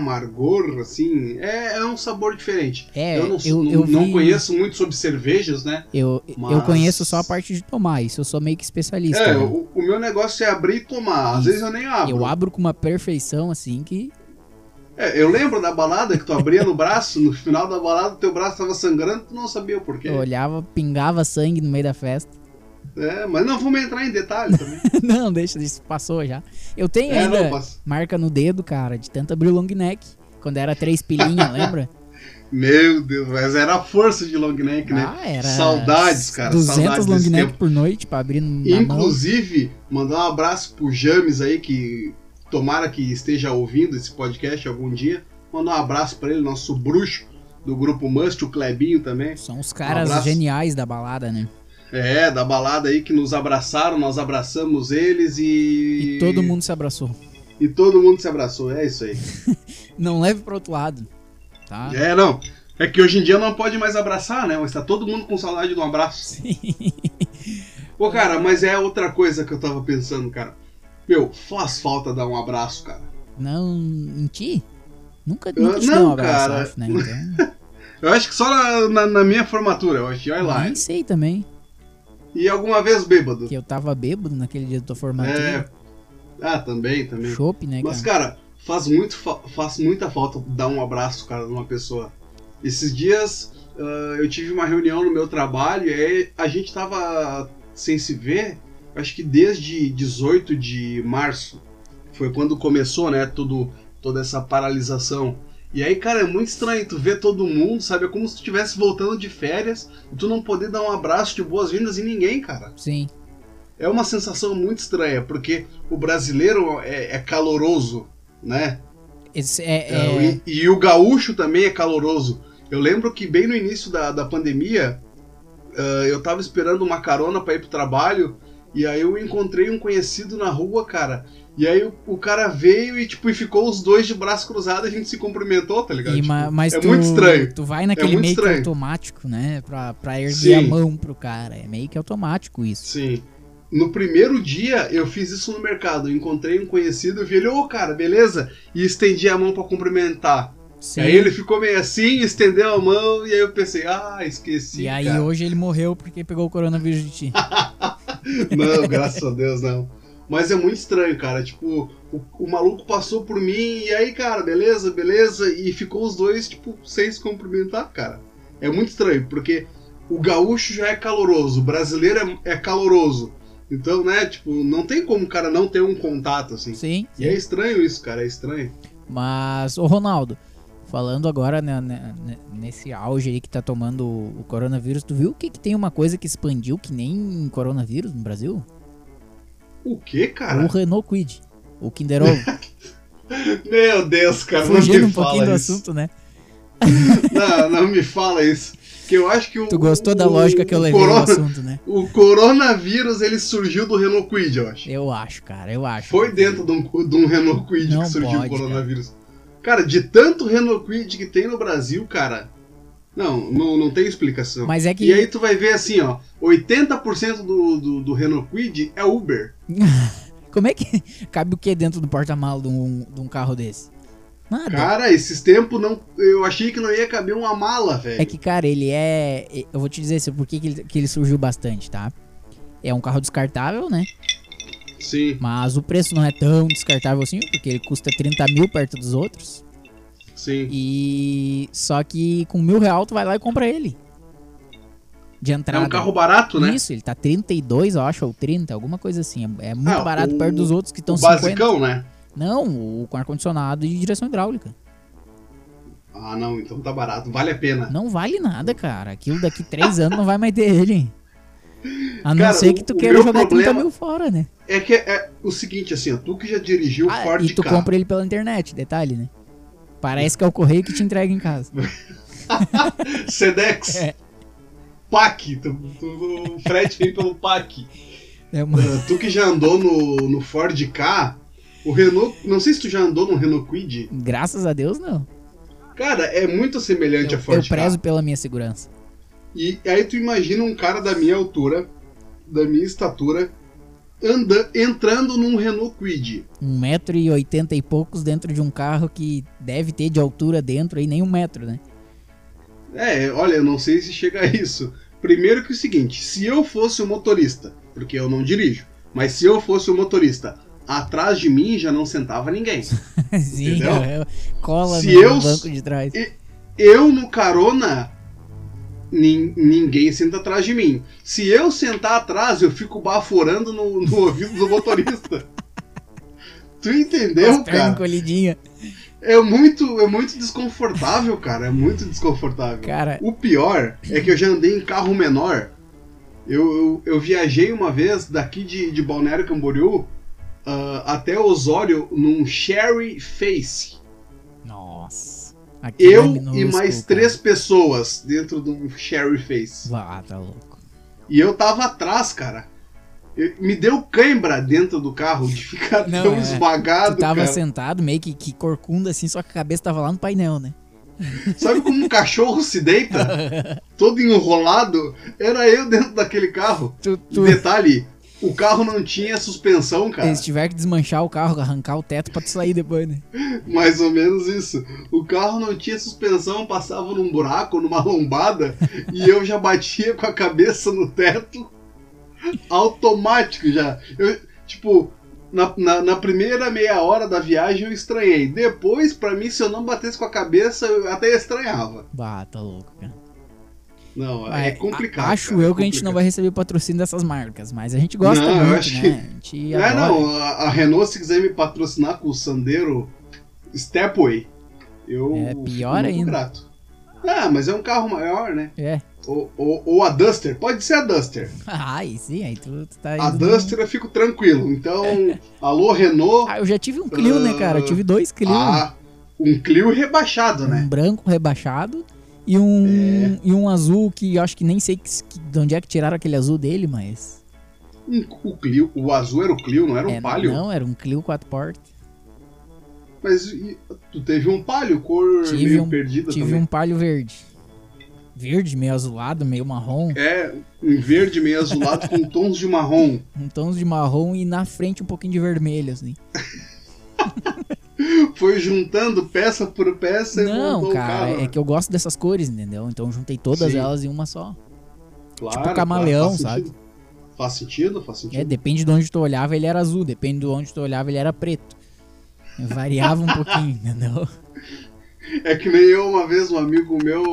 [SPEAKER 1] amargor, assim. É, é um sabor diferente.
[SPEAKER 2] É,
[SPEAKER 1] eu não,
[SPEAKER 2] eu,
[SPEAKER 1] não-
[SPEAKER 2] eu
[SPEAKER 1] não
[SPEAKER 2] vi-
[SPEAKER 1] conheço muito sobre cervejas, né?
[SPEAKER 2] Eu, eu
[SPEAKER 1] Mas-
[SPEAKER 2] conheço só a parte de tomar, isso eu sou meio que especialista.
[SPEAKER 1] É,
[SPEAKER 2] né?
[SPEAKER 1] o, o meu negócio é abrir e tomar. Às
[SPEAKER 2] Isso.
[SPEAKER 1] vezes eu nem abro.
[SPEAKER 2] Eu abro com uma perfeição assim que.
[SPEAKER 1] É, eu lembro da balada que tu abria no braço, no final da balada teu braço tava sangrando, tu não sabia o porquê.
[SPEAKER 2] Eu olhava, pingava sangue no meio da festa.
[SPEAKER 1] É, mas não vamos entrar em detalhe também.
[SPEAKER 2] não, deixa, isso passou já. Eu tenho
[SPEAKER 1] É,
[SPEAKER 2] ainda
[SPEAKER 1] não, passa.
[SPEAKER 2] marca no dedo, cara, de tanto abrir o long neck. Quando era três pilinhas, lembra?
[SPEAKER 1] Meu Deus, mas era a força de long neck, né?
[SPEAKER 2] Ah, era.
[SPEAKER 1] Saudades, cara,
[SPEAKER 2] 200
[SPEAKER 1] saudades
[SPEAKER 2] long
[SPEAKER 1] desse
[SPEAKER 2] neck
[SPEAKER 1] tempo.
[SPEAKER 2] por noite pra abrir na mão.
[SPEAKER 1] Inclusive, mandar um abraço pro James aí, que tomara que esteja ouvindo esse podcast algum dia. Mandar um abraço pra ele, nosso bruxo do grupo Must, o Clebinho também.
[SPEAKER 2] São os caras
[SPEAKER 1] Um abraço.
[SPEAKER 2] geniais da balada, né?
[SPEAKER 1] É, da balada aí que nos abraçaram, nós abraçamos eles e.
[SPEAKER 2] E todo mundo se abraçou.
[SPEAKER 1] E todo mundo se abraçou, é isso aí.
[SPEAKER 2] Não leve pro outro lado, tá?
[SPEAKER 1] É, não. É que hoje em dia não pode mais abraçar, né? Mas tá todo mundo com saudade de um abraço. Pô, cara, mas é outra coisa que eu tava pensando, cara. Meu, faz falta dar um abraço, cara.
[SPEAKER 2] Não, em ti? Nunca,
[SPEAKER 1] Eu-
[SPEAKER 2] nunca te
[SPEAKER 1] Ah, não,
[SPEAKER 2] deu um abraço,
[SPEAKER 1] cara.
[SPEAKER 2] Alf, né? Então,
[SPEAKER 1] Eu acho que só na, na- na minha formatura, eu acho, e olha lá.
[SPEAKER 2] nem sei também,
[SPEAKER 1] E alguma vez bêbado.
[SPEAKER 2] Uhum. que eu tava bêbado naquele dia da tua
[SPEAKER 1] É.
[SPEAKER 2] formatura.
[SPEAKER 1] Ah, também, também.
[SPEAKER 2] Chopp, né, cara?
[SPEAKER 1] Mas, cara, faz, muito fa- faz muita falta dar um abraço, cara, numa pessoa. Esses dias ah, eu tive uma reunião no meu trabalho e aí a gente tava sem se ver, acho que desde 18 de março. Foi quando começou, né, tudo, toda essa paralisação. E aí, cara, é muito estranho tu ver todo mundo, sabe? É como se tu estivesse voltando de férias e tu não poder dar um abraço de boas-vindas em ninguém, cara.
[SPEAKER 2] Sim.
[SPEAKER 1] É uma sensação muito estranha, porque o brasileiro é, é caloroso, né?
[SPEAKER 2] Esse é, é-
[SPEAKER 1] É, E, e o gaúcho também é caloroso. Eu lembro que bem no início da, da pandemia, ah, eu tava esperando uma carona pra ir pro trabalho, e aí eu encontrei um conhecido na rua, cara. E aí o, o cara veio e, tipo, e ficou os dois de braço cruzado, a gente se cumprimentou, tá ligado?
[SPEAKER 2] e
[SPEAKER 1] Tipo,
[SPEAKER 2] ma- mas
[SPEAKER 1] é
[SPEAKER 2] tu,
[SPEAKER 1] muito estranho. É
[SPEAKER 2] tu vai naquele
[SPEAKER 1] muito
[SPEAKER 2] meio que
[SPEAKER 1] estranho.
[SPEAKER 2] automático, né? Pra, pra erguer
[SPEAKER 1] Sim.
[SPEAKER 2] a mão pro cara. É meio que automático isso.
[SPEAKER 1] Sim. No primeiro dia eu fiz isso no mercado. Eu encontrei um conhecido, eu vi ele, ô cara, beleza? E estendi a mão pra cumprimentar.
[SPEAKER 2] Sim.
[SPEAKER 1] Aí É ele ficou meio assim, estendeu a mão, e aí eu pensei, ah, esqueci.
[SPEAKER 2] e aí
[SPEAKER 1] cara.
[SPEAKER 2] hoje ele morreu porque pegou o coronavírus de ti.
[SPEAKER 1] Não, graças a Deus não. Mas é muito estranho, cara. Tipo, o, o maluco passou por mim e aí, cara, beleza, beleza. E ficou os dois, tipo, sem se cumprimentar, cara. É muito estranho, porque o gaúcho já é caloroso, o brasileiro é, é caloroso. Então, né, tipo, não tem como o cara não ter um contato, assim.
[SPEAKER 2] Sim.
[SPEAKER 1] E é estranho isso, cara, é estranho.
[SPEAKER 2] Mas, ô Ronaldo, falando agora né, né, né, nesse auge aí que tá tomando o o coronavírus, tu viu que, que tem uma coisa que expandiu que nem coronavírus no Brasil?
[SPEAKER 1] O que, cara?
[SPEAKER 2] O Renault Quid. O Kinder Ovo.
[SPEAKER 1] Meu Deus, cara, não me
[SPEAKER 2] Fugindo um
[SPEAKER 1] É fala
[SPEAKER 2] pouquinho do
[SPEAKER 1] isso.
[SPEAKER 2] assunto, né?
[SPEAKER 1] Não, não me fala isso. Que eu acho que o.
[SPEAKER 2] Tu gostou da lógica que eu
[SPEAKER 1] o
[SPEAKER 2] levei no
[SPEAKER 1] corona-
[SPEAKER 2] assunto, né?
[SPEAKER 1] O coronavírus ele surgiu do Renault Quid, eu acho.
[SPEAKER 2] Eu acho, cara, eu acho.
[SPEAKER 1] Foi dentro de um, de um Renault Quid
[SPEAKER 2] Não
[SPEAKER 1] que surgiu
[SPEAKER 2] pode,
[SPEAKER 1] o coronavírus. Cara. de tanto Renault Quid que tem no Brasil, cara. Não, não, não tem explicação.
[SPEAKER 2] Mas é
[SPEAKER 1] E
[SPEAKER 2] que.
[SPEAKER 1] aí tu vai ver assim, ó, 80% do, do, do Renault Quid é Uber.
[SPEAKER 2] Como é que cabe o que dentro do porta-malas de um, de um carro desse? Nada.
[SPEAKER 1] Cara, esses tempos não, eu achei que não ia caber uma mala, velho.
[SPEAKER 2] É que, cara, ele é. Eu vou te dizer assim, por que, que, ele, que ele surgiu bastante, tá? É um carro descartável, né?
[SPEAKER 1] Sim,
[SPEAKER 2] Mas o preço não é tão descartável assim, porque ele custa 30 mil perto dos outros.
[SPEAKER 1] sim.
[SPEAKER 2] E. Só que com mil real tu vai lá e compra ele. De
[SPEAKER 1] É
[SPEAKER 2] entrada.
[SPEAKER 1] um carro barato, né?
[SPEAKER 2] Isso, ele tá 32, eu acho, ou 30, alguma coisa assim. É é muito
[SPEAKER 1] Ah,
[SPEAKER 2] barato
[SPEAKER 1] o-
[SPEAKER 2] perto dos outros que estão
[SPEAKER 1] o
[SPEAKER 2] 50.
[SPEAKER 1] basicão, né?
[SPEAKER 2] Não, o com ar-condicionado e direção hidráulica.
[SPEAKER 1] Ah, não, então tá barato, vale a pena.
[SPEAKER 2] Não vale nada, cara. Aquilo daqui três anos não vai mais ter ele. A não
[SPEAKER 1] Cara,
[SPEAKER 2] ser que tu
[SPEAKER 1] o- o
[SPEAKER 2] queira
[SPEAKER 1] meu
[SPEAKER 2] jogar 30
[SPEAKER 1] problema-
[SPEAKER 2] mil fora, né?
[SPEAKER 1] É que é, é o seguinte, assim, ó, tu que já dirigiu
[SPEAKER 2] Ah,
[SPEAKER 1] Ford
[SPEAKER 2] e tu
[SPEAKER 1] Ka.
[SPEAKER 2] compra ele pela internet, detalhe, né? Parece que é o correio que te entrega em casa.
[SPEAKER 1] Sedex.
[SPEAKER 2] É.
[SPEAKER 1] PAC. Tu, tu- o frete vem pelo PAC.
[SPEAKER 2] É uma-
[SPEAKER 1] Ah, Tu que já andou no, no Ford K, o Renault. Não sei se tu já andou no Renault Quid.
[SPEAKER 2] Graças a Deus, não.
[SPEAKER 1] Cara, é muito semelhante
[SPEAKER 2] Eu,
[SPEAKER 1] a Ford
[SPEAKER 2] eu prezo
[SPEAKER 1] K.
[SPEAKER 2] pela minha segurança.
[SPEAKER 1] E aí tu imagina um cara da minha altura, da minha estatura, anda, entrando num Renault Quid.
[SPEAKER 2] 1,80m e poucos dentro de um carro que deve ter de altura dentro aí nem um metro, né?
[SPEAKER 1] É, olha, eu não sei se chega a isso. Primeiro que é o seguinte, se eu fosse o motorista, porque eu não dirijo, mas se eu fosse o motorista, atrás de mim já não sentava ninguém.
[SPEAKER 2] Sim,
[SPEAKER 1] Entendeu?
[SPEAKER 2] eu- cola
[SPEAKER 1] Se
[SPEAKER 2] no
[SPEAKER 1] eu-
[SPEAKER 2] banco de trás.
[SPEAKER 1] Eu no carona nin- ninguém senta atrás de mim. Se eu sentar atrás, eu fico baforando no, no ouvido do motorista. tu entendeu,
[SPEAKER 2] pernas
[SPEAKER 1] cara?
[SPEAKER 2] encolhidinhas.
[SPEAKER 1] É muito, é muito desconfortável, cara. É muito desconfortável.
[SPEAKER 2] Cara,
[SPEAKER 1] O pior é que eu já andei em carro menor. Eu, eu, eu viajei uma vez daqui de, de Balneário Camboriú ah, até Osório num Sherry Face.
[SPEAKER 2] nossa. Aqui é
[SPEAKER 1] Eu e
[SPEAKER 2] minúsculo,
[SPEAKER 1] mais
[SPEAKER 2] cara.
[SPEAKER 1] três pessoas dentro de um Sherry Face.
[SPEAKER 2] Vá, tá louco.
[SPEAKER 1] E eu tava atrás, cara. Eu- me deu cãibra dentro do carro de ficar
[SPEAKER 2] Não,
[SPEAKER 1] tão
[SPEAKER 2] é.
[SPEAKER 1] esmagado,
[SPEAKER 2] Tu tava
[SPEAKER 1] cara.
[SPEAKER 2] sentado, meio que, que corcunda assim, só que a cabeça tava lá no painel, né?
[SPEAKER 1] Sabe como um cachorro se deita? Todo enrolado? Era eu dentro daquele carro.
[SPEAKER 2] tu,
[SPEAKER 1] E
[SPEAKER 2] tu,
[SPEAKER 1] Detalhe, o carro não tinha suspensão, cara.
[SPEAKER 2] eles tiveram que desmanchar o carro, arrancar o teto pra tu sair depois, né?
[SPEAKER 1] Mais ou menos isso. O carro não tinha suspensão, passava num buraco, numa lombada, e eu já batia com a cabeça no teto. Automático já. Eu, tipo, na, na, na primeira meia hora da viagem eu estranhei. Depois, pra mim, se eu não batesse com a cabeça, eu até estranhava.
[SPEAKER 2] Bah, tá louco, cara.
[SPEAKER 1] Não,
[SPEAKER 2] Vai,
[SPEAKER 1] é complicado.
[SPEAKER 2] a- acho
[SPEAKER 1] cara, é
[SPEAKER 2] eu que a gente não
[SPEAKER 1] complicado.
[SPEAKER 2] vai receber patrocínio dessas marcas, mas a gente gosta
[SPEAKER 1] Não, eu
[SPEAKER 2] muito,
[SPEAKER 1] acho
[SPEAKER 2] né?
[SPEAKER 1] que-
[SPEAKER 2] A gente
[SPEAKER 1] É,
[SPEAKER 2] adora.
[SPEAKER 1] não, a, a Renault, se quiser me patrocinar com o Sandero Stepway, eu.
[SPEAKER 2] É,
[SPEAKER 1] fico
[SPEAKER 2] pior
[SPEAKER 1] muito
[SPEAKER 2] ainda.
[SPEAKER 1] Grato. Ah, mas é um carro maior, né?
[SPEAKER 2] É.
[SPEAKER 1] Ou, ou- ou a Duster, pode ser a Duster.
[SPEAKER 2] Ai, sim, aí tu, tu tá
[SPEAKER 1] A
[SPEAKER 2] indo-
[SPEAKER 1] Duster eu fico tranquilo. Então, alô Renault,
[SPEAKER 2] Ah, eu já tive um Clio, né, cara? Eu tive dois Clio.
[SPEAKER 1] ah, um Clio rebaixado,
[SPEAKER 2] um
[SPEAKER 1] né? É.
[SPEAKER 2] branco rebaixado e um, e um azul que eu acho que nem sei que- que- de onde é que tiraram aquele azul dele, mas.
[SPEAKER 1] Um, o Clio, o azul era o Clio, não era um
[SPEAKER 2] É,
[SPEAKER 1] Palio?
[SPEAKER 2] Não, era um Clio 4 portas.
[SPEAKER 1] Mas e- tu teve um Palio, cor
[SPEAKER 2] Tive
[SPEAKER 1] meio
[SPEAKER 2] um-
[SPEAKER 1] perdida
[SPEAKER 2] Tive
[SPEAKER 1] também.
[SPEAKER 2] um Palio verde. Verde, meio azulado, meio marrom.
[SPEAKER 1] É, um verde meio azulado com tons de marrom.
[SPEAKER 2] Um tons de marrom e na frente um pouquinho de vermelho, assim.
[SPEAKER 1] Foi juntando peça por peça e
[SPEAKER 2] Não,
[SPEAKER 1] montou
[SPEAKER 2] cara,
[SPEAKER 1] o carro. né?
[SPEAKER 2] é que eu gosto dessas cores, entendeu? Então eu juntei todas
[SPEAKER 1] Sim.
[SPEAKER 2] elas em uma só.
[SPEAKER 1] Claro,
[SPEAKER 2] tipo camaleão,
[SPEAKER 1] faz
[SPEAKER 2] sabe?
[SPEAKER 1] sentido. Faz sentido, faz
[SPEAKER 2] É,
[SPEAKER 1] sentido.
[SPEAKER 2] depende de onde tu olhava, ele era azul. Depende de onde tu olhava, ele era preto. Variava um pouquinho, entendeu?
[SPEAKER 1] É que nem eu, uma vez, um amigo meu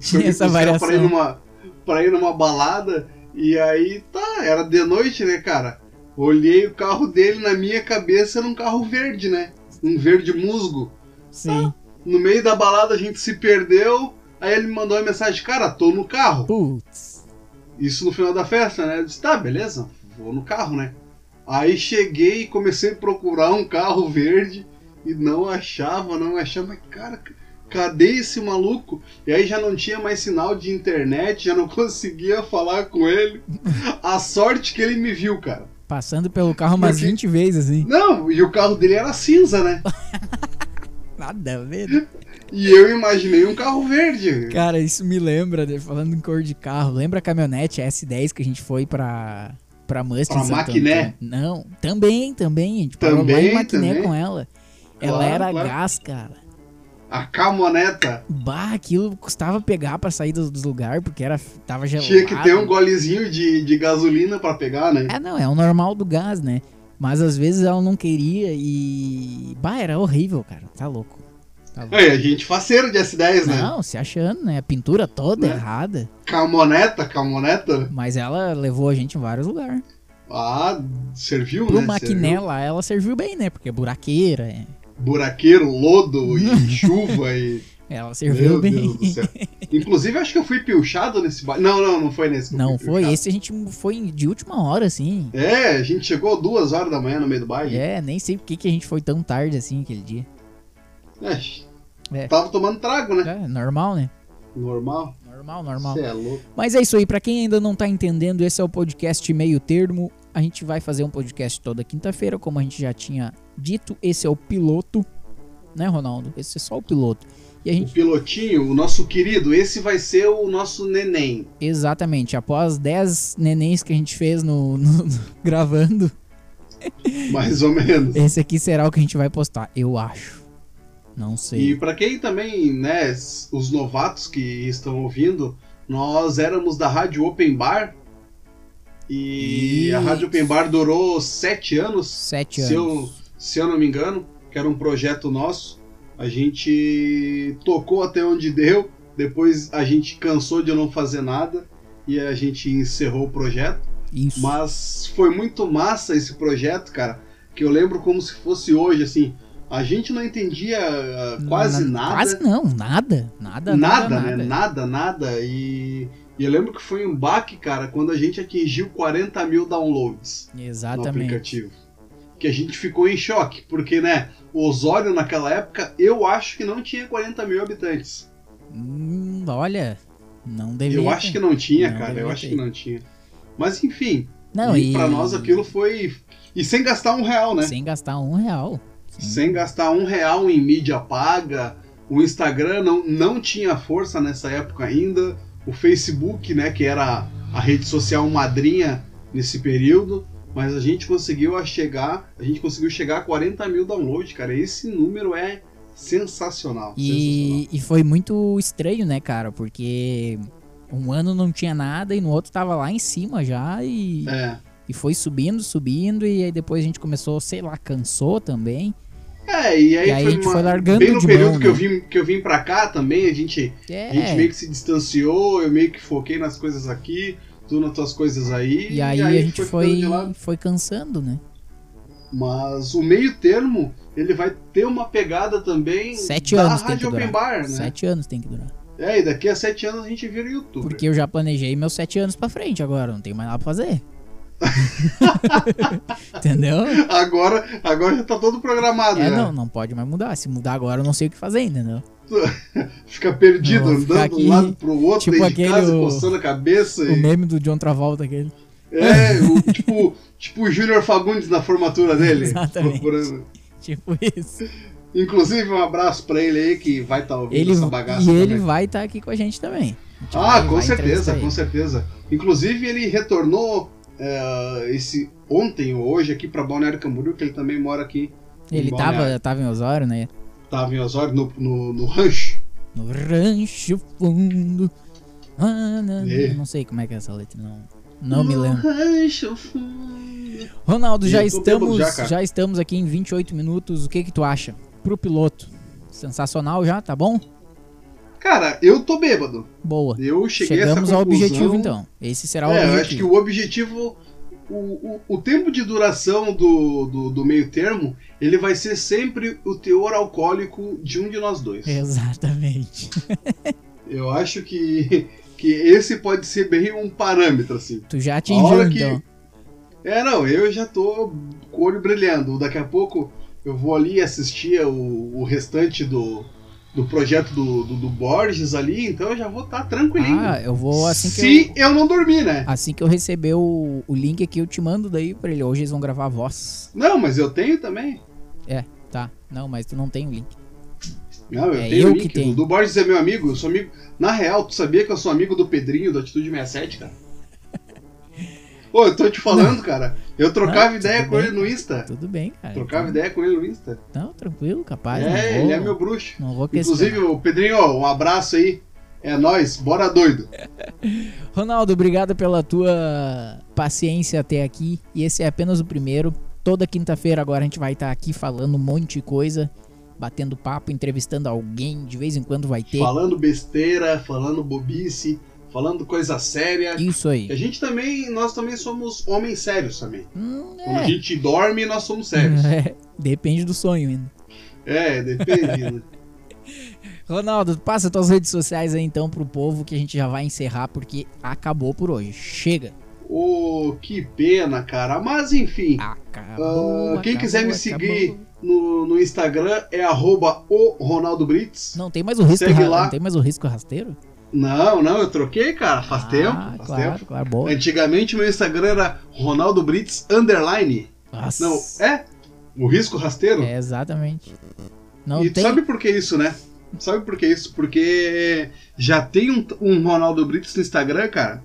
[SPEAKER 1] foi me
[SPEAKER 2] essa
[SPEAKER 1] buscar
[SPEAKER 2] variação.
[SPEAKER 1] pra ir, numa, pra ir numa balada, e aí, tá, era de noite, né, cara? Olhei o carro dele, na minha cabeça era um carro verde, né? Um verde musgo.
[SPEAKER 2] Sim.
[SPEAKER 1] No meio da balada a gente se perdeu, aí ele me mandou uma mensagem, cara, tô no carro.
[SPEAKER 2] Putz.
[SPEAKER 1] Isso no final da festa, né? Eu disse, tá, beleza, vou no carro, né? Aí cheguei e comecei a procurar um carro verde e não achava, não achava, mas cara, cadê esse maluco? E aí já não tinha mais sinal de internet, já não conseguia falar com ele. A sorte que ele me viu, cara.
[SPEAKER 2] Passando pelo carro umas
[SPEAKER 1] Porque-
[SPEAKER 2] 20 vezes, assim.
[SPEAKER 1] Não, e o carro dele era cinza, né?
[SPEAKER 2] Nada a ver. né?
[SPEAKER 1] E eu imaginei um carro verde.
[SPEAKER 2] Cara, isso me lembra, né, falando em cor de carro, lembra a caminhonete S10 que a gente foi pra, pra Mustang?
[SPEAKER 1] Pra
[SPEAKER 2] em Santo
[SPEAKER 1] Maquiné?
[SPEAKER 2] Antônio? Não, também, também. A gente parou lá em
[SPEAKER 1] Também,
[SPEAKER 2] Maquiné
[SPEAKER 1] também.
[SPEAKER 2] com ela. ela
[SPEAKER 1] Claro,
[SPEAKER 2] era
[SPEAKER 1] claro.
[SPEAKER 2] gás, cara.
[SPEAKER 1] A camoneta.
[SPEAKER 2] Bah, aquilo custava pegar pra sair dos, dos lugares, porque era, tava gelado.
[SPEAKER 1] Tinha que ter um golezinho de, de gasolina pra pegar, né?
[SPEAKER 2] É, não, é o normal do gás, né? Mas às vezes ela não queria e... Bah, era horrível, cara. Tá louco. Tá louco.
[SPEAKER 1] Aí, a gente faceiro de S10, É, né?
[SPEAKER 2] Não, se achando, né? A pintura toda
[SPEAKER 1] Né?
[SPEAKER 2] errada.
[SPEAKER 1] Camoneta, camoneta.
[SPEAKER 2] Mas ela levou a gente em vários lugares.
[SPEAKER 1] Ah, serviu,
[SPEAKER 2] Pro
[SPEAKER 1] né?
[SPEAKER 2] maquiné lá, ela serviu bem, né? Porque é buraqueira. é.
[SPEAKER 1] Serviu. Buraqueiro, lodo e chuva e.
[SPEAKER 2] Ela serviu
[SPEAKER 1] Meu Deus do
[SPEAKER 2] um bem.
[SPEAKER 1] céu. Inclusive, acho que eu fui pilchado nesse baile. Não, não, não foi nesse. que eu
[SPEAKER 2] Não
[SPEAKER 1] fui
[SPEAKER 2] foi.
[SPEAKER 1] pilchado.
[SPEAKER 2] Esse a gente foi de última hora, assim.
[SPEAKER 1] É, a gente chegou duas horas da manhã no meio do baile.
[SPEAKER 2] É, nem sei por que que a gente foi tão tarde assim aquele dia.
[SPEAKER 1] É,
[SPEAKER 2] É.
[SPEAKER 1] Tava tomando trago, né?
[SPEAKER 2] É, normal, né?
[SPEAKER 1] Normal.
[SPEAKER 2] Normal, normal.
[SPEAKER 1] Você é louco.
[SPEAKER 2] Mas é isso aí, pra quem ainda não tá entendendo, esse é o podcast Meio Termo. A gente vai fazer um podcast toda quinta-feira, como a gente já tinha dito. Esse é o piloto, né, Ronaldo? Esse é só o piloto. E a gente
[SPEAKER 1] O pilotinho, o nosso querido, esse vai ser o nosso neném.
[SPEAKER 2] Exatamente. Após 10 nenéns que a gente fez no, no- no- gravando,
[SPEAKER 1] Mais ou menos.
[SPEAKER 2] esse aqui será o que a gente vai postar, eu acho. Não sei.
[SPEAKER 1] E pra quem também, né, s- os novatos que estão ouvindo, nós éramos da Rádio Open Bar. E a
[SPEAKER 2] Isso.
[SPEAKER 1] Rádio Open Bar durou sete anos,
[SPEAKER 2] Sete
[SPEAKER 1] se eu,
[SPEAKER 2] anos.
[SPEAKER 1] se eu não me engano, que era um projeto nosso. A gente tocou até onde deu, Depois a gente cansou de não fazer nada e a gente encerrou o projeto.
[SPEAKER 2] Isso.
[SPEAKER 1] Mas foi muito massa esse projeto, cara, que eu lembro como se fosse hoje, assim. A gente não entendia ah, quase
[SPEAKER 2] Na-
[SPEAKER 1] nada.
[SPEAKER 2] Quase não, nada. Nada,
[SPEAKER 1] nada,
[SPEAKER 2] nada.
[SPEAKER 1] né? Nada, nada. E, e eu lembro que foi um baque, cara, quando a gente atingiu 40 mil downloads no
[SPEAKER 2] Exatamente.
[SPEAKER 1] aplicativo. Que a gente ficou em choque, porque, né, o Osório naquela época, eu acho que não tinha 40 mil habitantes.
[SPEAKER 2] Hum, olha, não devia.
[SPEAKER 1] eu acho que não tinha,
[SPEAKER 2] Não,
[SPEAKER 1] cara, eu
[SPEAKER 2] devia
[SPEAKER 1] acho
[SPEAKER 2] ter.
[SPEAKER 1] que não tinha. Mas enfim,
[SPEAKER 2] Não,
[SPEAKER 1] e
[SPEAKER 2] e,
[SPEAKER 1] pra nós aquilo foi. E sem gastar um real, né?
[SPEAKER 2] Sem gastar um real.
[SPEAKER 1] Sem gastar um real em mídia paga, o Instagram não, não tinha força nessa época ainda, o Facebook, né, que era a rede social madrinha nesse período, mas a gente conseguiu a chegar, a gente conseguiu chegar a 40 mil downloads, cara. Esse número é sensacional. sensacional.
[SPEAKER 2] E, e foi muito estranho, né, cara? Porque um ano não tinha nada e no outro tava lá em cima já e,
[SPEAKER 1] É.
[SPEAKER 2] e foi subindo, subindo. E aí depois a gente começou, sei lá, cansou também.
[SPEAKER 1] É, e aí,
[SPEAKER 2] E aí a gente foi largando
[SPEAKER 1] bem no
[SPEAKER 2] de
[SPEAKER 1] período
[SPEAKER 2] mão,
[SPEAKER 1] que eu
[SPEAKER 2] né?
[SPEAKER 1] vim que eu vim para cá também, a gente
[SPEAKER 2] É,
[SPEAKER 1] a gente meio que se distanciou, eu meio que foquei nas coisas aqui, tu nas tuas coisas aí.
[SPEAKER 2] e aí, a gente
[SPEAKER 1] ficando
[SPEAKER 2] foi,
[SPEAKER 1] de lado.
[SPEAKER 2] foi cansando, né?
[SPEAKER 1] Mas o meio termo, ele vai ter uma pegada também
[SPEAKER 2] Sete
[SPEAKER 1] da
[SPEAKER 2] anos tem que
[SPEAKER 1] Rádio Open
[SPEAKER 2] durar.
[SPEAKER 1] Bar, né?
[SPEAKER 2] Sete anos tem que durar.
[SPEAKER 1] É, e daqui a sete anos a gente vira youtuber.
[SPEAKER 2] Porque eu já planejei meus sete anos pra frente agora, não tenho mais nada pra fazer. Entendeu?
[SPEAKER 1] Agora, agora já tá todo programado,
[SPEAKER 2] É,
[SPEAKER 1] né?
[SPEAKER 2] não, não pode mais mudar. Se mudar agora, eu não sei o que fazer, entendeu?
[SPEAKER 1] Fica perdido,
[SPEAKER 2] Não,
[SPEAKER 1] andando
[SPEAKER 2] ficar
[SPEAKER 1] de um
[SPEAKER 2] aqui,
[SPEAKER 1] lado pro outro,
[SPEAKER 2] tipo
[SPEAKER 1] dentro de casa,
[SPEAKER 2] aquele-
[SPEAKER 1] coçando a cabeça.
[SPEAKER 2] O
[SPEAKER 1] E...
[SPEAKER 2] meme do John Travolta, aquele.
[SPEAKER 1] É, o- tipo, tipo o Júnior Fagundes na formatura dele.
[SPEAKER 2] Exatamente.
[SPEAKER 1] procurando.
[SPEAKER 2] Tipo isso.
[SPEAKER 1] Inclusive, um abraço pra ele aí que vai estar ouvindo
[SPEAKER 2] Ele,
[SPEAKER 1] essa bagaça.
[SPEAKER 2] e ele
[SPEAKER 1] também.
[SPEAKER 2] vai estar aqui com a gente também. A gente
[SPEAKER 1] Ah,
[SPEAKER 2] vai-
[SPEAKER 1] com
[SPEAKER 2] vai
[SPEAKER 1] certeza,
[SPEAKER 2] entrevistar
[SPEAKER 1] com
[SPEAKER 2] Tipo, ele.
[SPEAKER 1] certeza. Inclusive, ele retornou eh, esse ontem ou hoje aqui para Balneário Camboriú, que ele também mora aqui.
[SPEAKER 2] Ele
[SPEAKER 1] Bom,
[SPEAKER 2] tava,
[SPEAKER 1] né?
[SPEAKER 2] tava em Osório, né?
[SPEAKER 1] Tava em Osório, no, no, no rancho.
[SPEAKER 2] No Rancho Fundo. Ah, não,
[SPEAKER 1] E?
[SPEAKER 2] não sei como é que é essa letra, não. Não me
[SPEAKER 1] No
[SPEAKER 2] lembro.
[SPEAKER 1] rancho, fundo.
[SPEAKER 2] Ronaldo,
[SPEAKER 1] Eu
[SPEAKER 2] já
[SPEAKER 1] tô bêbado
[SPEAKER 2] estamos,
[SPEAKER 1] já,
[SPEAKER 2] já,
[SPEAKER 1] cara.
[SPEAKER 2] estamos aqui em 28 minutos. O que que tu acha pro piloto? Sensacional já, tá bom?
[SPEAKER 1] Cara, eu tô bêbado.
[SPEAKER 2] Boa.
[SPEAKER 1] Eu cheguei a essa
[SPEAKER 2] Chegamos
[SPEAKER 1] conclusão.
[SPEAKER 2] ao objetivo então. Esse será o
[SPEAKER 1] é, eu acho que
[SPEAKER 2] objetivo.
[SPEAKER 1] o objetivo. O, o, o tempo de duração do, do, do meio termo, ele vai ser sempre o teor alcoólico de um de nós
[SPEAKER 2] É.
[SPEAKER 1] dois.
[SPEAKER 2] Exatamente.
[SPEAKER 1] Eu acho que, que esse pode ser bem um parâmetro, assim.
[SPEAKER 2] Tu já
[SPEAKER 1] A
[SPEAKER 2] atingiu
[SPEAKER 1] hora que-
[SPEAKER 2] então.
[SPEAKER 1] É, não, eu já tô com o olho brilhando. Daqui a pouco eu vou ali assistir o, o restante do, do projeto do, do, do Borges ali, então eu já vou estar tranquilinho.
[SPEAKER 2] Ah, eu vou assim que
[SPEAKER 1] Se
[SPEAKER 2] eu
[SPEAKER 1] eu... não dormir, né?
[SPEAKER 2] assim que eu receber o, o link aqui eu te mando daí pra ele. Hoje eles vão gravar a voz,
[SPEAKER 1] Não, mas eu tenho também.
[SPEAKER 2] tá? Não, mas tu não tem o link.
[SPEAKER 1] Não, Ah, eu
[SPEAKER 2] É
[SPEAKER 1] tenho
[SPEAKER 2] eu
[SPEAKER 1] o
[SPEAKER 2] que
[SPEAKER 1] link.
[SPEAKER 2] tenho.
[SPEAKER 1] O do Borges é meu amigo, eu sou amigo. Na real, tu sabia que eu sou amigo do Pedrinho, do Atitude 67, cara? Ô, eu tô te falando, cara. Eu trocava
[SPEAKER 2] Não,
[SPEAKER 1] ideia
[SPEAKER 2] tudo
[SPEAKER 1] com
[SPEAKER 2] bem, Uhum.
[SPEAKER 1] ele no Insta.
[SPEAKER 2] Tudo bem,
[SPEAKER 1] É.
[SPEAKER 2] cara.
[SPEAKER 1] Trocava ideia com ele no Insta.
[SPEAKER 2] Não, tranquilo, capaz. não
[SPEAKER 1] É,
[SPEAKER 2] vou,
[SPEAKER 1] ele é meu bruxo.
[SPEAKER 2] Não vou questionar.
[SPEAKER 1] Inclusive, o Pedrinho, um abraço aí. É nóis, bora doido.
[SPEAKER 2] Ronaldo, obrigado pela tua paciência até aqui. E esse é apenas o primeiro. Toda quinta-feira agora a gente vai estar aqui falando um monte de coisa, batendo papo, entrevistando alguém. De vez em quando vai ter.
[SPEAKER 1] Falando besteira, falando bobice, falando coisa séria.
[SPEAKER 2] Isso
[SPEAKER 1] E A
[SPEAKER 2] aí.
[SPEAKER 1] gente também, nós também somos homens sérios também.
[SPEAKER 2] Hum,
[SPEAKER 1] Quando a
[SPEAKER 2] é.
[SPEAKER 1] gente dorme, nós somos sérios.
[SPEAKER 2] É, Depende do sonho ainda.
[SPEAKER 1] É, depende. né?
[SPEAKER 2] Ronaldo, passa tuas redes sociais aí então pro povo que a gente já vai encerrar porque acabou por hoje. Chega.
[SPEAKER 1] Ô, que pena, cara. Mas enfim,
[SPEAKER 2] Acabou.
[SPEAKER 1] Ah, quem
[SPEAKER 2] acabou,
[SPEAKER 1] quiser me
[SPEAKER 2] acabou.
[SPEAKER 1] seguir, no, no Instagram é arroba o Ronaldo Brits.
[SPEAKER 2] Não tem mais o risco,
[SPEAKER 1] Segue
[SPEAKER 2] ra-
[SPEAKER 1] lá.
[SPEAKER 2] não tem mais o risco rasteiro?
[SPEAKER 1] Não, não, eu troquei, cara. Faz
[SPEAKER 2] Ah,
[SPEAKER 1] tempo. Faz
[SPEAKER 2] claro,
[SPEAKER 1] tempo. É,
[SPEAKER 2] claro, boa.
[SPEAKER 1] Antigamente meu Instagram era Ronaldo Brits Underline.
[SPEAKER 2] Nossa.
[SPEAKER 1] Não, é? O risco rasteiro?
[SPEAKER 2] É, exatamente. Não
[SPEAKER 1] e tu
[SPEAKER 2] tem.
[SPEAKER 1] sabe por que isso, né? Sabe por que isso? Porque já tem um, um Ronaldo Brits no Instagram, cara,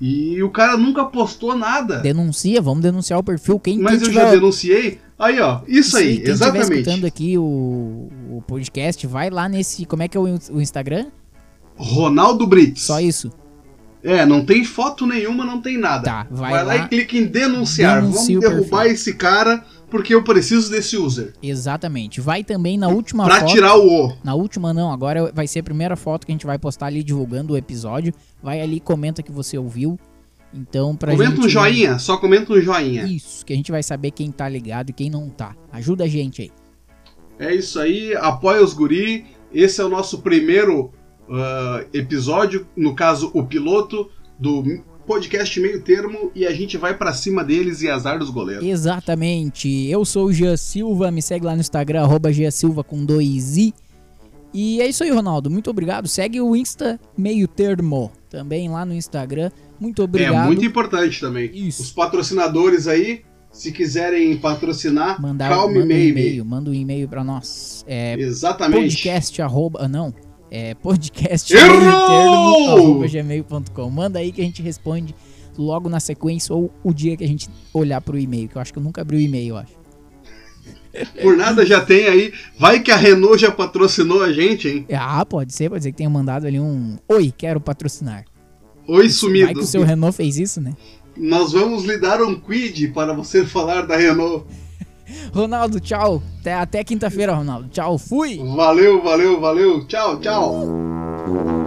[SPEAKER 1] e o cara nunca postou nada.
[SPEAKER 2] Denuncia, vamos denunciar o perfil. Quem,
[SPEAKER 1] mas
[SPEAKER 2] quem
[SPEAKER 1] eu
[SPEAKER 2] tiver,
[SPEAKER 1] já denunciei. Aí, ó, isso aí,
[SPEAKER 2] quem Quem estiver escutando
[SPEAKER 1] exatamente.
[SPEAKER 2] aqui o, o podcast, vai lá nesse. Como é que é o, o Instagram?
[SPEAKER 1] Ronaldo Brits.
[SPEAKER 2] Só isso.
[SPEAKER 1] É, não tem foto nenhuma, não tem nada.
[SPEAKER 2] Tá, vai,
[SPEAKER 1] Vai lá e clica em denunciar.
[SPEAKER 2] Denuncia o
[SPEAKER 1] Vamos derrubar esse cara, porque eu preciso desse user.
[SPEAKER 2] Exatamente. Vai também na última
[SPEAKER 1] Pra
[SPEAKER 2] foto.
[SPEAKER 1] tirar o O.
[SPEAKER 2] Na última não, agora vai ser a primeira foto que a gente vai postar ali divulgando o episódio. Vai ali, comenta que você ouviu. Então, pra
[SPEAKER 1] comenta
[SPEAKER 2] gente.
[SPEAKER 1] um joinha, só comenta um joinha.
[SPEAKER 2] Isso, que a gente vai saber quem tá ligado e quem não tá. Ajuda a gente aí.
[SPEAKER 1] É isso aí, apoia os guri. Esse é o nosso primeiro ah, episódio, no caso, o piloto do podcast Meio Termo, e a gente vai pra cima deles e azar dos goleiros.
[SPEAKER 2] Exatamente. Eu sou o Gia Silva, me segue lá no Instagram, arroba Gia Silva com dois i. E é isso aí, Ronaldo. Muito obrigado. Segue o Insta Meio Termo também lá no Instagram. Muito obrigado.
[SPEAKER 1] É muito importante também.
[SPEAKER 2] Isso.
[SPEAKER 1] Os patrocinadores aí, se quiserem patrocinar,
[SPEAKER 2] Mandar,
[SPEAKER 1] calme
[SPEAKER 2] manda um
[SPEAKER 1] Maybe.
[SPEAKER 2] e-mail, manda um e-mail pra nós. É
[SPEAKER 1] Exatamente.
[SPEAKER 2] podcast arroba, ah, não, é podcast
[SPEAKER 1] Errou!
[SPEAKER 2] meio-termo, arroba gmail.com. Manda aí que a gente responde logo na sequência ou o dia que a gente olhar pro e-mail, que eu acho que eu nunca abri o e-mail, eu acho.
[SPEAKER 1] Por nada já tem aí. Vai que a Renault já patrocinou a gente, hein?
[SPEAKER 2] Ah, pode ser, pode ser que tenha mandado ali um oi, quero patrocinar.
[SPEAKER 1] Oi,
[SPEAKER 2] Vai que
[SPEAKER 1] sumido.
[SPEAKER 2] o seu Renault fez isso, né?
[SPEAKER 1] Nós vamos lhe dar um quid para você falar da Renault.
[SPEAKER 2] Ronaldo, tchau. Até, até quinta-feira, Ronaldo. Tchau, fui!
[SPEAKER 1] Valeu, valeu, valeu. Tchau, tchau.